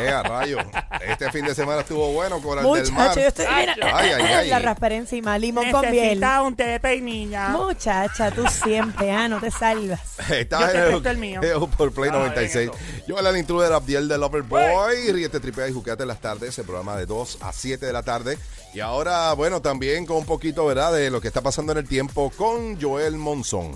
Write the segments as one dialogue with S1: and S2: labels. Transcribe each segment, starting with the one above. S1: Eh, a rayo. Este fin de semana estuvo bueno, Coral del Mar.
S2: Muchacho, yo estoy. Mira,
S1: Ay, ay, ay.
S2: la rasparé encima, limón con miel.
S3: Necesita un té de peinilla.
S2: Muchacha, tú siempre, ah, no te salvas.
S3: Yo
S1: Estás
S3: te
S1: en el,
S3: presto el mío.
S1: eh, por Play
S3: Ah,
S1: 96.
S3: venga
S1: Yo, el intruder Abdiel de Lover Boy. Ríete, tripea y juqueate en las tardes. El programa de 2 a 7 de la tarde. Y ahora, bueno, también con un poquito, ¿verdad?, de lo que está pasando en el tiempo con Joel Monzón.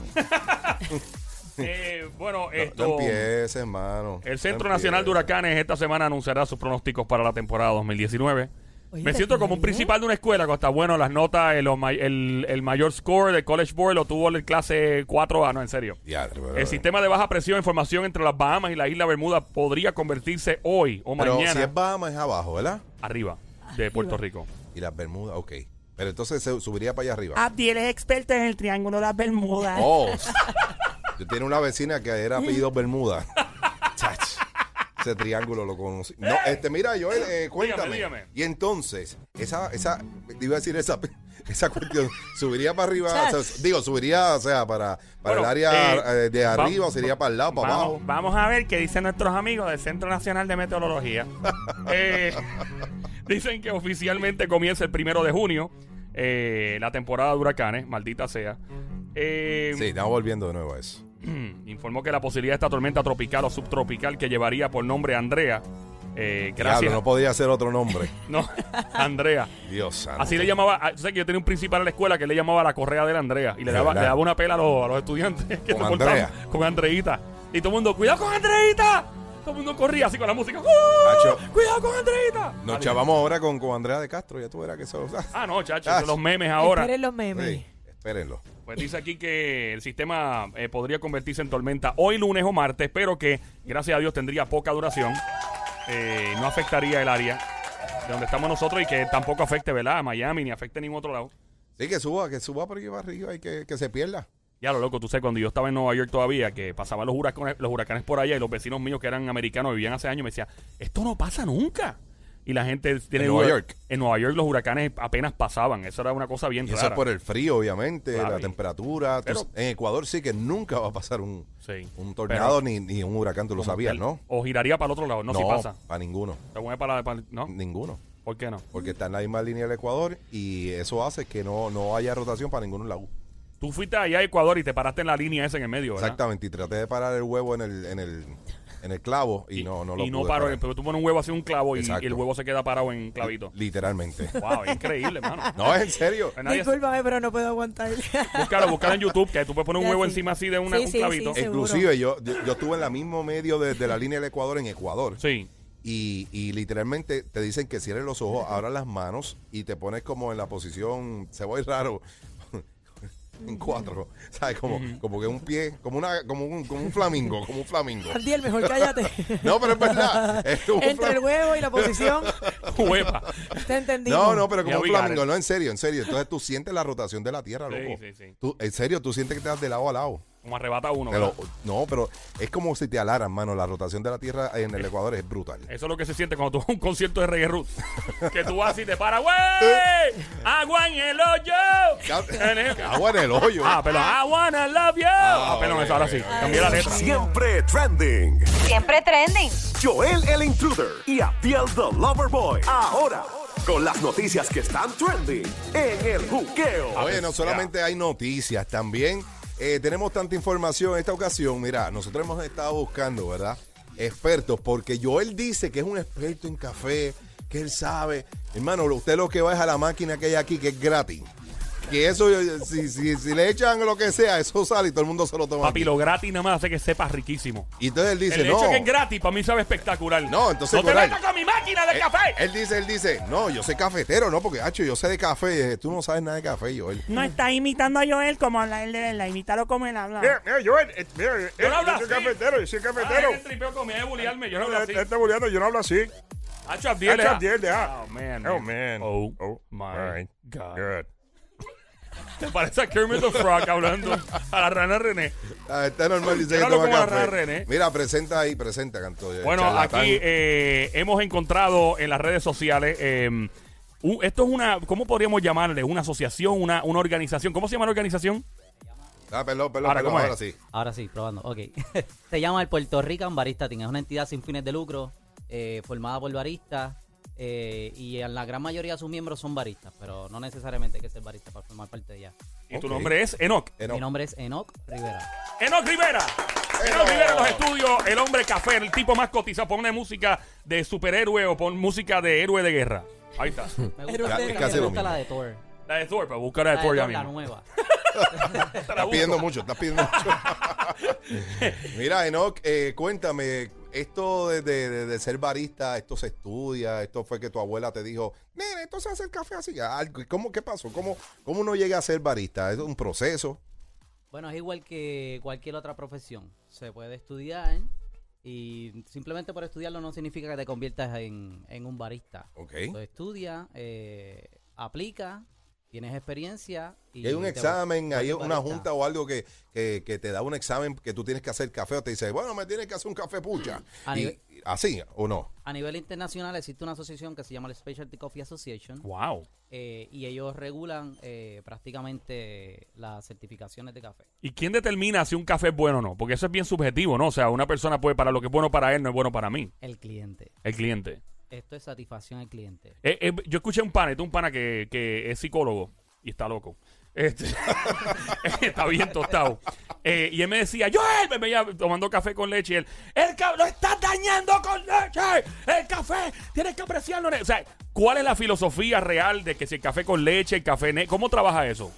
S4: Eh, bueno,
S1: No
S4: esto.
S1: empieces, hermano.
S4: El Centro
S1: No
S4: Nacional de
S1: empieces.
S4: Huracanes esta semana anunciará sus pronósticos para la temporada 2019.
S2: Oye,
S4: Me
S2: te
S4: siento como un
S2: fijas bien.
S4: principal de una escuela, Costa. Bueno, las notas, el, el- el mayor score del College Board lo tuvo el clase 4A, no, en serio.
S1: Ya, pero-
S4: El sistema de baja presión en formación entre las Bahamas y la isla Bermuda podría convertirse hoy o
S1: Pero
S4: mañana
S1: si es Bahamas es abajo, ¿verdad?
S4: arriba de Puerto Rico.
S1: Y las Bermudas, ok. Pero entonces se subiría para allá arriba.
S3: Abdiel es experto en el Triángulo de las Bermudas.
S1: Oh. Yo tenía una vecina que era apellido Bermuda. Chach. Ese triángulo lo conocí. No, este, mira, yo cuéntame.
S4: dígame.
S1: Y entonces, esa, esa, iba a decir esa, esa cuestión, subiría para arriba,
S2: Chach.
S1: o sea, digo, subiría, o sea, para, para
S4: Bueno,
S1: el área
S4: eh,
S1: eh, de
S4: va-
S1: arriba, o sería para el lado, para
S3: Vamos,
S1: abajo.
S3: vamos a ver qué dicen nuestros amigos del Centro Nacional de Meteorología.
S4: Eh, dicen que oficialmente comienza el primero de junio eh, la temporada de huracanes, maldita sea. Eh,
S1: Sí, estamos volviendo de nuevo a eso.
S4: informó que la posibilidad de esta tormenta tropical o subtropical que llevaría por nombre Andrea. eh, gracias.
S1: Diablo, no podía ser otro nombre.
S4: no, Andrea.
S1: Dios santo.
S4: Así le llamaba. a- Yo sé que yo tenía un principal en la escuela que le llamaba la correa de la Andrea. Y le
S1: De
S4: daba,
S1: verdad.
S4: le daba una pela a los, a los estudiantes que
S1: Con
S4: se portaban
S1: Andrea.
S4: con Andreita. Y todo el mundo, ¡cuidado con Andreita! Todo el mundo corría así con la música. ¡Uh!
S1: Hacho.
S4: ¡Cuidado con Andreita!
S1: Nos
S4: Vale.
S1: chavamos ahora con, con Andrea de Castro, ya tú verás que eso.
S4: Ah, no, chacho,
S1: Chacho.
S4: los memes ahora.
S2: Esperen los memes.
S1: Sí, espérenlo.
S4: Pues dice aquí que el sistema eh, podría convertirse en tormenta hoy lunes o martes, pero que gracias a Dios tendría poca duración. Eh, no afectaría el área de donde estamos nosotros y que tampoco afecte, ¿verdad? A Miami ni afecte a ningún otro lado.
S1: Sí, que suba, que suba por aquí para arriba y que, que se pierda.
S4: Ya lo loco, tú sabes, cuando yo estaba en Nueva York todavía, que pasaban los huracanes, los huracanes por allá y los vecinos míos que eran americanos vivían hace años, me decían, esto no pasa nunca. Y la gente tiene
S1: Nueva
S4: duda-
S1: York?
S4: En Nueva York los huracanes apenas pasaban. Eso era una cosa bien
S1: Y eso
S4: rara.
S1: es por el frío, obviamente,
S4: Claro,
S1: la
S4: y-
S1: temperatura. Tú-
S4: pero-
S1: en Ecuador sí que nunca va a pasar un,
S4: Sí.
S1: un tornado ni, ni un huracán, tú lo
S4: Como
S1: sabías,
S4: que-
S1: ¿no?
S4: O giraría para el otro lado. No, si pasa.
S1: a ninguno,
S4: Te voy a parar para- ¿No?
S1: ninguno.
S4: ¿Por qué no?
S1: Porque está en la misma línea del Ecuador y eso hace que no, no haya rotación para ninguno en la U.
S4: Tú fuiste allá a Ecuador y te paraste en la línea esa en el medio, ¿verdad?
S1: Exactamente, y traté de parar el huevo en el, en el, en el clavo y, no, no lo
S4: y no
S1: pude
S4: paro.
S1: parar.
S4: Pero tú pones un huevo así un clavo y,
S1: Exacto.
S4: y el huevo se queda parado en clavito.
S1: Literalmente.
S4: wow, es increíble, mano.
S1: no, es en serio.
S4: Pues nadie-
S2: Discúlpame, pero no puedo aguantar.
S4: Búscalo, búscalo en YouTube, que tú puedes poner un
S2: Ya,
S4: huevo
S2: sí.
S4: encima así de una-
S2: Sí,
S4: un
S2: sí,
S4: clavito.
S2: sí, sí. seguro.
S1: Inclusive yo, yo, yo estuve en la mismo medio de, de la línea del Ecuador en Ecuador.
S4: Sí.
S1: y, y literalmente te dicen que cierres los ojos, abras las manos y te pones como en la posición, se voy raro, en cuatro, ¿sabes? Como, como que un pie, como, una, como, un, como un flamingo, como un flamingo.
S2: Abdiel, mejor cállate.
S1: No, pero es verdad. es como un
S2: Entre el
S1: flam-
S2: huevo y la posición,
S4: Hueva.
S2: te entendí.
S1: no, no, pero como
S4: Ya
S1: un
S4: we got
S1: flamingo,
S4: it.
S1: no, en serio, en serio. Entonces tú sientes la rotación de la tierra,
S4: Sí,
S1: loco.
S4: sí, sí.
S1: Tú, en serio, tú sientes que te das de lado a lado.
S4: Como arrebata uno.
S1: Pero,
S4: ¿verdad?
S1: no, pero es como si te alaran, mano. La rotación de la tierra en el Ecuador es brutal.
S4: Eso es lo que se siente cuando tú vas a un concierto de reggae root. Que tú vas y te paras, ¡wey! ¡Agua en el hoyo! En el-
S1: Agua en el hoyo.
S4: Ah, pero I wanna love you. Ah, pero no,
S1: ok,
S4: eso ahora sí.
S1: ok,
S4: Cambié la letra.
S5: Siempre trending.
S6: Siempre trending.
S5: Joel el Intruder y Abdiel the Lover Boy. Ahora, con las noticias que están trending en el juqueo.
S4: Pues,
S1: Oye, no solamente hay noticias, también eh, tenemos tanta información en esta ocasión. Mira, nosotros hemos estado buscando, ¿verdad? Expertos, porque Joel dice que es un experto en café, que él sabe. Hermano, lo- usted lo que va es a la máquina que hay aquí, que es gratis. Que eso, eh, si, si- si le echan lo que sea, eso sale y todo el mundo se lo toma.
S4: Papi,
S1: aquí.
S4: lo gratis nada más hace que sepas riquísimo.
S1: Y entonces él dice,
S4: el
S1: no.
S4: hecho que es gratis para mí sabe espectacular.
S1: No, entonces, Eh,
S4: ¡No te
S1: Coral,
S4: metas con mi máquina de
S1: él,
S4: café!
S1: él dice, él dice, no, yo soy cafetero, ¿no? Porque, hacho, yo sé de café. Tú no sabes nada de café, Joel.
S3: No está imitando a Joel como habla él de verdad. Imítalo como él habla.
S7: Mira, mira, Joel, eh, mira, eh,
S4: Yo no hablo
S7: soy
S4: así.
S7: cafetero, yo soy
S4: Ay,
S7: cafetero.
S4: el tripeo conmigo de bullearme, Yo no
S1: Eh,
S4: hablo
S7: Él-
S4: así.
S1: este
S7: él está boleando, yo no hablo así.
S4: Hacho Abdiel.
S7: Hacho
S4: ah.
S7: Abdiel, deja.
S4: Oh, man.
S7: Oh, man.
S4: Oh,
S7: Oh,
S4: my
S7: alright.
S4: God.
S7: Good.
S4: Te parece a Kermit the Frog hablando a la rana René.
S1: Ah, está normal, dice que
S4: Míralo
S1: toma
S4: como la
S1: café.
S4: rana René.
S1: Mira, presenta ahí, presenta, canto. eh,
S4: Bueno,
S1: charlatán.
S4: aquí eh, hemos encontrado en las redes sociales. eh, un- esto es una, ¿cómo podríamos llamarle? Una asociación, una, una organización. ¿Cómo se llama la organización?
S1: Ah, perdón, perdón,
S4: Ahora,
S1: perdón,
S4: ¿cómo es?
S1: ahora sí.
S6: Ahora sí, probando. Ok. Se llama el Puerto Rican Baristating. Es una entidad sin fines de lucro eh, formada por baristas eh, y en la gran mayoría de sus miembros son baristas, pero no necesariamente hay que ser barista para formar parte de ella.
S4: Y tu
S1: Ok.
S4: nombre es Enoch.
S1: Eh, no.
S6: Mi nombre es Enoch Rivera.
S4: Enoch Rivera. Enoch Rivera en los estudios, el hombre café, el tipo más cotizado. Ponle música de superhéroe o pon música de héroe de guerra. Ahí está.
S6: Me
S2: Pero
S6: gusta,
S2: es
S6: me
S2: casi
S1: lo
S6: gusta
S1: mismo.
S6: la de Thor.
S4: La de Thor, pero buscar la
S6: La
S4: de
S6: de
S4: Thor ya
S6: Thor, la
S4: mismo.
S6: nueva.
S4: Te la
S1: Estás
S4: busco.
S1: pidiendo mucho, estás pidiendo mucho. Mira, Enoch, eh, cuéntame, esto de, de- de- de ser barista, esto se estudia, esto fue que tu abuela te dijo, nene, esto se hace el café así, algo. ¿Y ¿Cómo, ¿Qué pasó? ¿Cómo, ¿Cómo uno llega a ser barista? ¿Es un proceso?
S6: Bueno, es igual que cualquier otra profesión. Se puede estudiar y simplemente por estudiarlo no significa que te conviertas en, en un barista.
S1: Ok.
S6: Lo estudia, eh, aplica, tienes experiencia. Y
S1: Y hay un
S6: te-
S1: examen, hay
S6: vuelves
S1: una
S6: barista.
S1: junta o algo que, que, que te da un examen que tú tienes que hacer café o te dice, bueno, me tienes que hacer un café pucha.
S6: A
S1: Y-
S6: nivel-
S1: ¿Así o no?
S6: A nivel internacional existe una asociación que se llama la Specialty Coffee Association
S4: Wow.
S6: eh, y ellos regulan eh, prácticamente las certificaciones de café.
S4: ¿Y quién determina si un café es bueno o no? Porque eso es bien subjetivo, ¿no? O sea, una persona puede, para lo que es bueno para él, no es bueno para mí,
S6: El cliente.
S4: el cliente.
S6: Esto es satisfacción al cliente.
S4: Eh, eh, yo escuché un pana, este un pana que, que es psicólogo y está loco. Este, está bien tostado. Eh, y él me decía, yo él me veía tomando café con leche y él, el café lo estás dañando con leche, el café, tienes que apreciarlo. ne-". O sea, ¿cuál es la filosofía real de que si el café con leche, el café, ne- ¿cómo trabaja eso?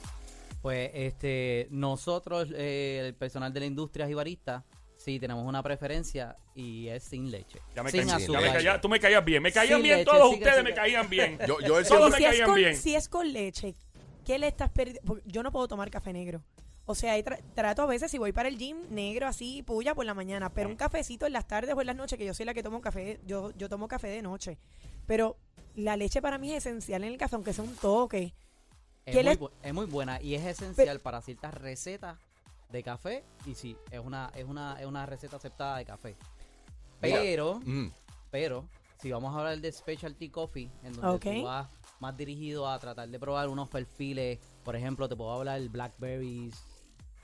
S6: Pues este, nosotros, eh, el personal de la industria y barista, sí tenemos una preferencia y es sin leche.
S4: Ya me
S6: sin
S4: caí- ya
S6: azúcar.
S4: me caía- tú me caías bien, me caían
S6: Sin
S4: bien
S6: leche,
S4: todos
S6: sí que-
S4: ustedes,
S6: sí
S4: me
S6: que-
S4: caían bien.
S1: Yo, yo el
S4: Todos
S2: Y
S4: me
S2: si, es
S4: caían
S2: con,
S4: bien.
S2: si es con leche, ¿qué le estás perdiendo? Porque Yo no puedo tomar café negro. O sea, ahí tra- trato a veces, si voy para el gym, negro así, puya por la mañana, pero un cafecito en las tardes o en las noches, que yo soy la que tomo café, yo, yo tomo café de noche. Pero la leche para mí es esencial en el café, aunque sea un toque.
S6: Es,
S2: ¿Qué
S6: muy,
S2: le-
S6: bu- es muy buena y es esencial para ciertas recetas de café y sí, es una, es una, es una receta aceptada de café.
S1: Mira,
S6: Pero...
S1: mm,
S6: Pero si vamos a hablar de Specialty Coffee, en donde
S2: Ok.
S6: tú vas más dirigido a tratar de probar unos perfiles, por ejemplo, te puedo hablar blackberries,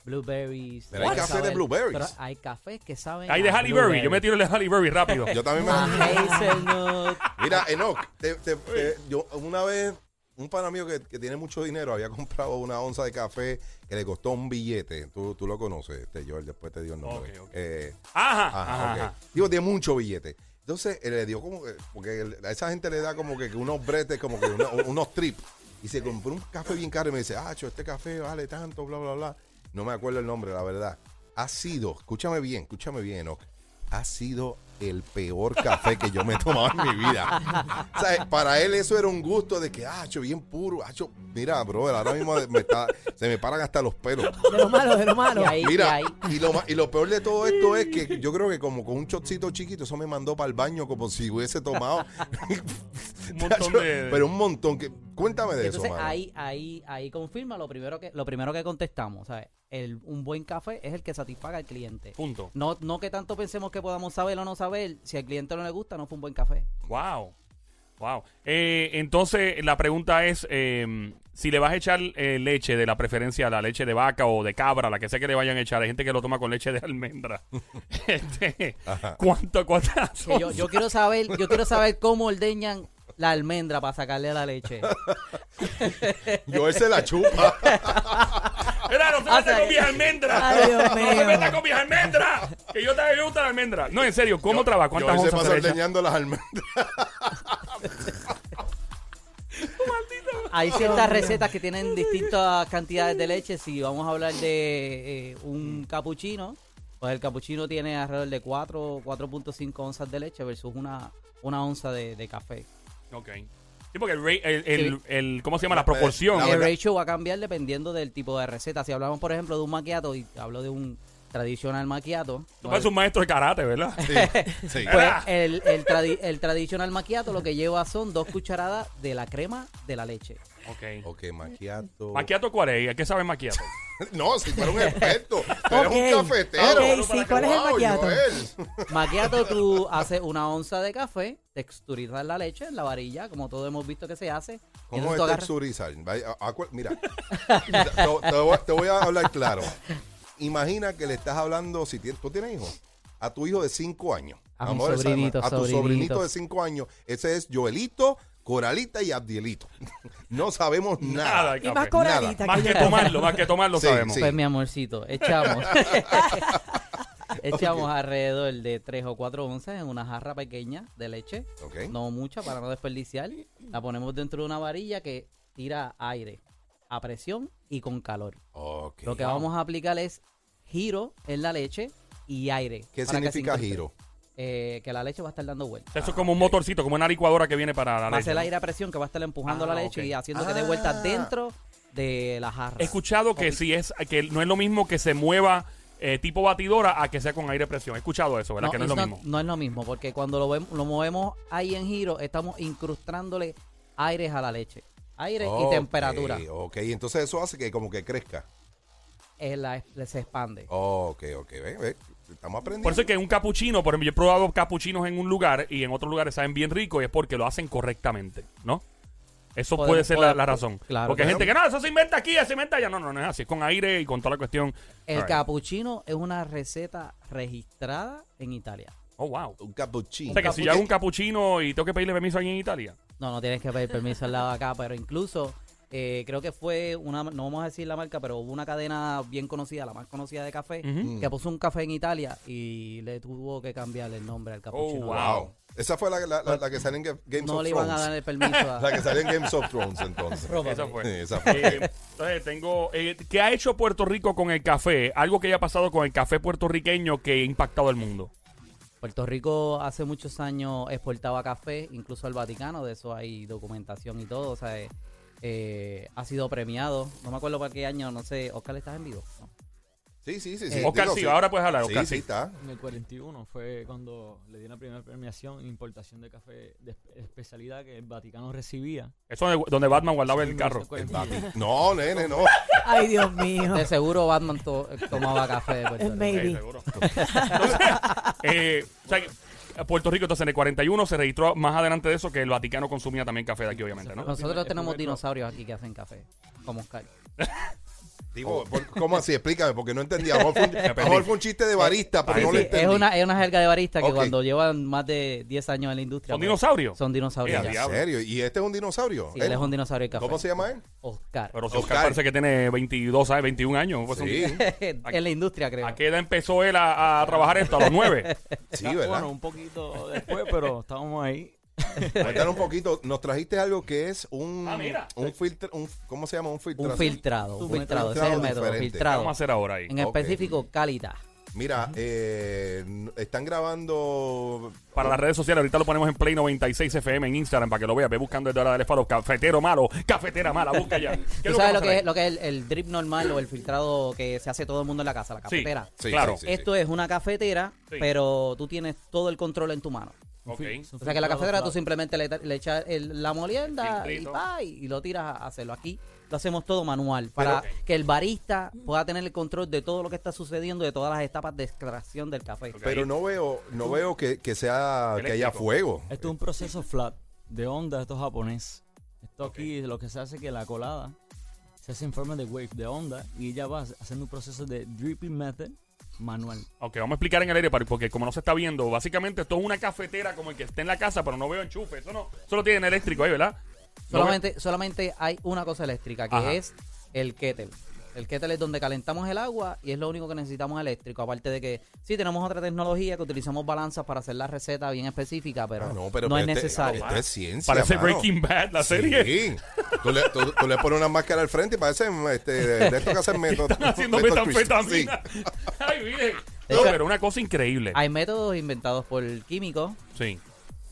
S6: blueberries.
S1: Pero hay
S6: vas a
S1: café de
S6: saber-
S1: blueberries.
S6: pero hay cafés que saben.
S4: Ahí de
S6: a
S4: Halle Berry, yo me tiro el de Halle Berry rápido.
S1: Ah, yo también
S6: a
S1: me...
S6: hazelnut.
S1: Mira, Enoch, te- te- te- yo una vez, un pana mío que, que tiene mucho dinero había comprado una onza de café que le costó un billete. Tú, tú lo conoces, este Joel, después te dio el nombre.
S4: Ok, ok.
S1: Eh,
S4: Ajá,
S1: ajá,
S4: ajá,
S1: ok.
S4: ajá.
S1: Digo, tiene mucho billete. Entonces, él le dio como que, porque él- a esa gente le da como que, que unos bretes, como que una- unos trips. Y se compró un café bien caro y me dice, ah, cho, este café vale tanto, bla, bla, bla. No me acuerdo el nombre, la verdad. Ha sido, escúchame bien, escúchame bien, Enoch. Ha sido el peor café que yo me he tomado en mi vida. O sea, para él eso era un gusto de que, ah, cho, bien puro, ah, cho". mira, brother, ahora mismo me está- se me paran hasta los pelos.
S2: De lo malo, de lo malo.
S6: Y ahí, y
S1: Mira,
S6: ahí.
S1: y lo, ma- y lo peor de todo esto es que yo creo que como con un chocito chiquito, eso me mandó para el baño como si hubiese tomado.
S4: Un montón de-
S1: Pero un montón. Que, cuéntame de
S6: Entonces
S1: eso, mano.
S6: ahí, ahí, ahí confirma lo primero que, lo primero que contestamos, ¿sabes? El, un buen café es el que satisfaga al cliente.
S4: Punto.
S6: No, no que tanto pensemos que podamos saber o no saber. Si al cliente no le gusta, no fue un buen café.
S4: Wow. Wow. Eh, entonces, la pregunta es: eh, si le vas a echar eh, leche de la preferencia, la leche de vaca o de cabra, la que sea que le vayan a echar, hay gente que lo toma con leche de almendra. Este, ¿Cuánto, cuántas
S6: Que yo, yo quiero saber, yo quiero saber cómo ordeñan la almendra para sacarle la leche.
S1: Yo ese la chupa.
S4: Mira, no se
S6: Ah,
S4: meta
S6: sí.
S4: con mis almendras.
S2: Ay, Dios
S4: No se
S2: mío.
S4: meta con mis almendras. Que yo también me gusta la almendra. No, en serio, ¿cómo trabaja?
S1: Yo
S4: ¿Cuántas
S1: ese
S4: onzas
S1: pasa
S4: se le echa?
S1: ordeñando las almendras.
S6: Hay ciertas recetas que tienen distintas cantidades de leche. Si vamos a hablar de eh,
S1: Mm.
S6: un capuchino, pues el capuchino tiene alrededor de 4, 4.5 onzas de leche versus una, una onza de, de café.
S4: Ok. Sí, porque el, ra- el- el-
S6: Sí.
S4: el- ¿cómo se llama? La proporción.
S1: La-
S6: el
S1: verdad-
S6: ratio Eh, va a cambiar dependiendo del tipo de receta. Si hablamos, por ejemplo, de un maquiato, y hablo de un tradicional maquiato.
S4: Tú pareces un maestro de karate, ¿verdad?
S1: Sí, sí.
S6: Pues el, el, tradi- el tradicional maquiato lo que lleva son dos cucharadas de la crema de la leche.
S4: Ok.
S1: Ok, maquiato.
S4: ¿Maquiato cuál es? ¿A ¿Qué sabe maquiato?
S1: No, si fuera un experto. Pero eres un
S2: Ok,
S1: cafetero.
S2: ok, sí, ¿cuál es el
S1: Wow,
S2: macchiato?
S1: Joel.
S6: Maquiato, tú haces una onza de café, texturizas la leche en la varilla, como todos hemos visto que se hace. y
S1: ¿Cómo
S6: entonces tú
S1: es
S6: agarras-
S1: texturizar? Vaya, a- acu- Mira, te, te voy, te voy a hablar claro. Imagina que le estás hablando, si tienes, tú tienes hijos, a tu hijo de 5 años.
S6: A mi
S1: Amor, esa-
S6: sobrinito,
S1: a tu sobrinito,
S6: sobrinito.
S1: de 5 años. Ese es Joelito, Coralita y Abdielito. No sabemos
S4: Nada,
S1: nada.
S4: de
S2: Y más
S4: café.
S2: coradita.
S4: Más que
S2: yo-
S4: tomarlo, más que tomarlo
S1: Sí,
S4: sabemos.
S1: sí.
S6: Pues mi amorcito, echamos. echamos alrededor de tres o cuatro onzas en una jarra pequeña de leche.
S1: Ok.
S6: No mucha para no desperdiciar. La ponemos dentro de una varilla que tira aire a presión y con calor.
S1: Ok.
S6: Lo que vamos a aplicar es giro en la leche y aire.
S1: ¿Qué
S6: para que se
S1: significa
S6: incruste.
S1: giro?
S6: Eh, que la leche va a estar dando vueltas.
S4: Eso es como un motorcito, como una licuadora que viene para la
S6: Va a ser
S4: leche.
S6: el
S4: ¿no?
S6: aire a presión que va a estar empujando
S4: Ah,
S6: la leche
S4: ok.
S6: y haciendo que dé vueltas dentro de la jarra.
S4: He escuchado que si es que no es lo mismo que se mueva eh, tipo batidora a que sea con aire a presión. He escuchado eso, ¿verdad? Pues que no es lo
S6: it's not-
S4: mismo.
S6: no es lo mismo, porque cuando lo, vemos, lo movemos ahí en giro, estamos incrustándole aires a la leche. Aire
S1: Ok,
S6: y temperatura.
S1: Ok, entonces eso hace que como que crezca.
S6: Eh, la- se expande.
S1: Ok, ok, ve, ve, Estamos aprendiendo.
S4: Por eso es que un capuchino, por ejemplo, yo he probado capuchinos en un lugar y en otros lugares saben bien rico y es porque lo hacen correctamente, ¿no? Eso
S6: Podemos-
S4: puede ser la, la
S6: podemos-
S4: razón.
S6: claro.
S4: porque hay gente que, no, eso se inventa aquí, eso se inventa allá. No, no, no es así. Es con aire y con toda la cuestión.
S6: El
S4: Alright.
S6: cappuccino es una receta registrada en Italia.
S4: Oh, wow.
S1: Un cappuccino.
S4: O sea, que si yo hago un capuchino y tengo que pedirle permiso allí en Italia.
S6: No, no tienes que pedir permiso al lado de acá, pero incluso eh, creo que fue una, no vamos a decir la marca, pero hubo una cadena bien conocida, la más conocida de café,
S1: Mm.
S4: Ujú.
S6: que puso un café en Italia y le tuvo que cambiar el nombre al cappuccino.
S4: Oh, wow.
S1: Wow. Esa fue la, la- la- la que salió en Ga- Games
S6: No
S1: of
S6: le iban
S1: Thrones.
S6: a dar el permiso a...
S1: La que salió en Games of Thrones, entonces.
S6: Probable.
S4: Esa fue.
S1: Sí, esa fue.
S4: Eh, entonces tengo. eh, ¿Qué ha hecho Puerto Rico con el café? Algo que haya pasado con el café puertorriqueño que ha impactado al mundo.
S6: Puerto Rico hace muchos años exportaba café, incluso al Vaticano, de eso hay documentación y todo, o sea, eh, eh, ha sido premiado, no me acuerdo para qué año, no sé, Oscar, ¿estás en vivo? No.
S1: Sí, sí, sí. sí.
S6: Eh,
S4: Oscar,
S1: Digo,
S4: sí, ahora puedes hablar,
S1: Sí,
S4: Oscar,
S1: sí,
S4: sí.
S1: está.
S8: En el 41 fue cuando le di la primera premiación en importación de café de espe- especialidad que el Vaticano recibía.
S4: Eso es donde Batman guardaba el
S8: En
S4: carro.
S6: Pues
S8: 1941.
S1: No, nene, no.
S2: Ay, Dios mío.
S6: De seguro Batman to- eh, tomaba café de Puerto Rico.
S4: Sí,
S2: Maybe.
S4: seguro. Eh, o sea, que Puerto Rico, entonces en el 41 se registró más adelante de eso que el Vaticano consumía también café de aquí, obviamente, ¿no?
S8: Primero-
S6: Nosotros
S8: el
S6: tenemos
S8: primero-
S6: dinosaurios aquí que hacen café, como Oscar.
S1: Digo, por- ¿cómo así? Explícame, porque no entendí. A lo mejor fue un, a lo
S4: perdí.
S1: mejor fue un chiste de barista, pero
S4: Sí,
S1: no lo
S4: sí,
S1: entendí.
S6: Es una, es una jerga de barista que
S1: Ok.
S6: cuando llevan más de 10 años en la industria.
S4: ¿Son
S6: pues,
S4: dinosaurios?
S6: Son dinosaurios.
S4: Eh,
S6: ya.
S1: ¿En serio? ¿Y este es un dinosaurio?
S6: Sí, él es un dinosaurio de café.
S1: ¿Cómo se llama él?
S6: Oscar.
S4: Pero si Oscar
S1: Oscar.
S4: parece que tiene 22, ¿sabes? 21 años. pues,
S1: Sí,
S6: en la industria, creo.
S4: ¿A qué edad empezó él a, a trabajar esto? A los 9.
S1: sí,
S8: Ah,
S1: ¿verdad?
S8: Bueno, un poquito después, pero estábamos ahí.
S1: Cuéntanos un poquito. Nos trajiste algo que es un,
S4: Ah, mira.
S1: un filtro, un, ¿cómo se llama? Un filtro.
S6: Un filtrado, un
S1: Un
S6: filtrado, ese es el
S1: filtrado
S6: método,
S1: diferente.
S4: ¿Qué
S6: filtrado.
S4: vamos a hacer ahora ahí?
S6: En
S1: Ok.
S6: específico, calidad.
S1: Mira, eh, están grabando
S4: Para las redes sociales, ahorita lo ponemos en Play 96 FM en Instagram para que lo veas. Ve buscando desde ahora del faro. Cafetero malo, cafetera mala, busca ya. ¿Qué es
S6: ¿Tú sabes
S4: vamos
S6: lo
S4: a
S6: que,
S4: hacer
S6: es, lo que es el, el drip normal o el filtrado que se hace todo el mundo en la casa, la
S4: ahí? Sí,
S6: cafetera?
S1: Sí,
S4: claro.
S1: sí, sí.
S6: Esto es una cafetera,
S4: Sí.
S6: pero tú tienes todo el control en tu mano.
S4: Ok.
S6: O sea que la cafetera tú
S8: siempre
S6: simplemente le, le echas el- la molienda y,
S4: Filtrito.
S6: pa, y y lo tiras a hacerlo. Aquí lo hacemos todo manual para que el barista pueda tener el control de todo lo que está sucediendo, de todas las etapas de extracción del café.
S4: Ok.
S1: Pero no veo, no veo que, que sea que haya
S4: Eléctrico.
S1: fuego.
S8: Esto es un proceso flat de onda, esto es japonés. Esto aquí lo que se hace es que la colada se hace en forma de wave de onda y ella va haciendo un proceso de dripping method manual.
S4: Ok, vamos a explicar en el aire para- porque como no se está viendo, básicamente esto es una cafetera como el que está en la casa, pero no veo enchufe. Eso no, eso lo tienen eléctrico ahí, ¿verdad? No
S6: Solamente, solamente hay una cosa eléctrica, que
S4: Ajá.
S6: es el kettle. El kettle es donde calentamos el agua y es lo único que necesitamos eléctrico. Aparte de que sí tenemos otra tecnología que utilizamos balanzas para hacer la receta bien específica, pero
S1: Ah,
S6: no,
S1: pero-
S6: es
S1: pero este-
S6: necesario.
S1: Esto es ciencia.
S4: Parece
S1: mano.
S4: Breaking Bad, la serie.
S1: Sí. Tú le, tú- tú le pones una máscara al frente y parece este, de esto que hacen método.
S4: Están haciendo
S1: método Christian.
S4: metanfetamina. Ay, miren.
S6: De
S4: No,
S6: hecho-
S4: pero una cosa increíble.
S1: este.
S6: Hay métodos inventados por químicos.
S4: Sí.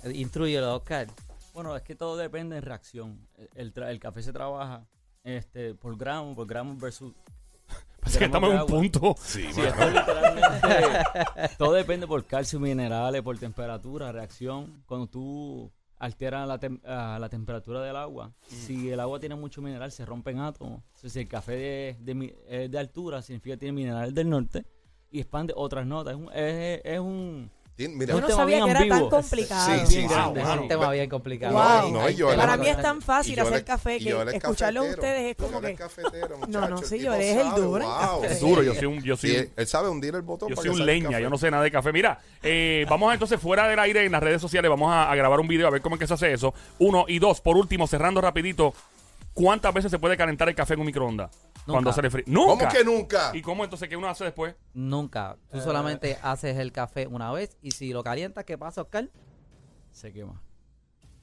S6: Eh, Intrúyelo, Oscar.
S8: Bueno, es que todo depende en reacción. El, tra- el café se trabaja este, por gramo, por gramo versus...
S4: Parece que estamos en un
S8: gramos de agua.
S4: punto.
S1: Sí,
S8: Sí,
S1: mano.
S8: esto literalmente- todo depende por calcio, minerales, por temperatura, reacción. Cuando tú altera la, tem- ah, la temperatura del agua.
S4: Mm.
S8: Si el agua tiene mucho mineral, se rompen átomos. Entonces, si el café de, de mi- es de altura, significa que tiene minerales del norte y expande otras notas. Es un, es, es un,
S1: Tien-
S8: es
S1: Mira,
S2: Yo
S8: un
S2: no
S8: tema
S2: sabía
S8: bien
S2: que era tan
S8: ambiguo.
S2: complicado.
S1: Sí,
S6: Es
S1: sí,
S6: bien
S1: sí, wow.
S6: grande, Este es un tema bien complicado.
S2: Wow.
S1: No, y yo era-
S2: Para mí es tan
S1: y
S2: fácil
S1: yo
S2: hacer
S1: era-
S2: café
S1: y yo era
S2: que
S1: el
S2: escucharlos
S1: cafetero.
S2: ustedes es
S1: Yo
S2: como
S1: era el
S2: que.
S1: cafetero,
S2: No, no,
S1: muchacho,
S2: sí,
S1: el
S2: yo
S1: tipo
S2: eres el
S1: sabe,
S2: duro en
S1: wow.
S2: café.
S4: Es duro, yo soy un- yo soy
S1: Sí,
S4: un-
S1: él- Él sabe hundir el botón.
S4: Yo
S1: para
S4: soy
S1: que
S4: un
S1: salga el
S4: leña,
S1: café.
S4: yo no sé nada de café. Mira, eh, vamos entonces fuera del aire en las redes sociales, vamos a, a grabar un video a ver cómo es que se hace eso. Uno y dos, por último, cerrando rapidito, ¿cuántas veces se puede calentar el café en un microondas? Cuando se le fríe.
S1: ¿Cómo
S4: ¡Nunca!
S1: que nunca?
S4: ¿Y cómo entonces qué uno hace después?
S6: Nunca. Tú solamente haces el café una vez y si lo calientas, ¿qué pasa, Oscar?
S8: se quema.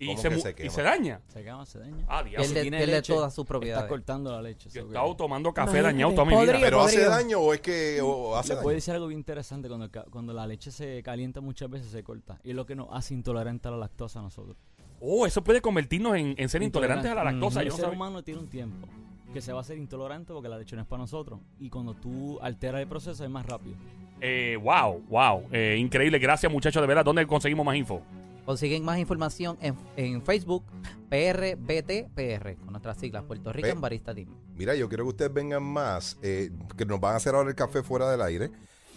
S4: Y
S1: ¿Cómo
S4: se,
S1: que
S4: mu-
S1: se quema?
S4: y se daña.
S8: Se quema, se daña.
S4: Ah,
S6: Pierde-
S4: diablo.
S8: Si tiene
S6: pierde
S8: leche,
S6: todas sus propiedades.
S8: Estás cortando la leche.
S4: Yo he
S8: so que-
S4: estado tomando café
S2: Imagínate,
S4: dañado toda mi vida.
S2: podrido.
S4: Pero-
S1: ¿Pero hace
S2: podrido.
S1: daño o es que o hace
S8: Le
S1: daño?
S8: puedo decir algo bien interesante cuando, ca- cuando la leche se calienta muchas veces se corta y es lo que nos hace intolerante a la lactosa a nosotros.
S4: Oh, eso puede convertirnos en, en ser intolerantes a la lactosa. yo
S8: Ujú. El
S4: no
S8: ser
S4: sabía.
S8: humano tiene un tiempo que se va a ser intolerante porque la leche no es para nosotros y cuando tú alteras el proceso es más rápido.
S4: Eh, wow, wow. Eh, increíble. Gracias, muchachos. De verdad, ¿dónde conseguimos más info?
S6: Consiguen más información en, en Facebook, PRBTPR, con nuestras siglas, Puerto Rican
S1: Ve.
S6: Barista Team.
S1: Mira, yo quiero que ustedes vengan más, eh, que nos van a hacer ahora el café fuera del aire.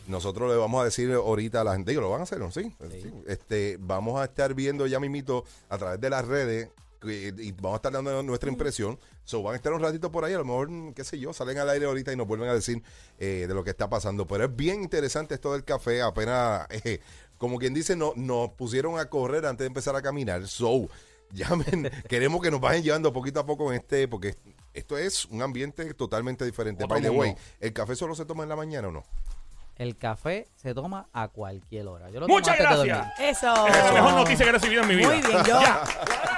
S1: Nosotros le vamos a decir ahorita a la gente, digo, lo van a hacer, ¿no? Sí, sí. Este, vamos a estar viendo ya mismito a través de las redes eh, y vamos a estar dando nuestra impresión. So, van a estar un ratito por ahí, a lo mejor, mm, qué sé yo, salen al aire ahorita y nos vuelven a decir eh, de lo que está pasando. Pero es bien interesante esto del café, apenas, eh, como quien dice, no, nos pusieron a correr antes de empezar a caminar. So, llamen, queremos que nos vayan llevando poquito a poco en este, porque esto es un ambiente totalmente diferente.
S4: Otro
S1: By the
S4: mundo.
S1: way, ¿el café solo se toma en la mañana o no?
S6: El café se toma a cualquier hora. Yo lo tomo
S4: Muchas
S6: antes de dormir.
S4: gracias.
S2: Eso.
S4: Es la mejor noticia que he recibido en mi vida.
S2: Muy bien, yo.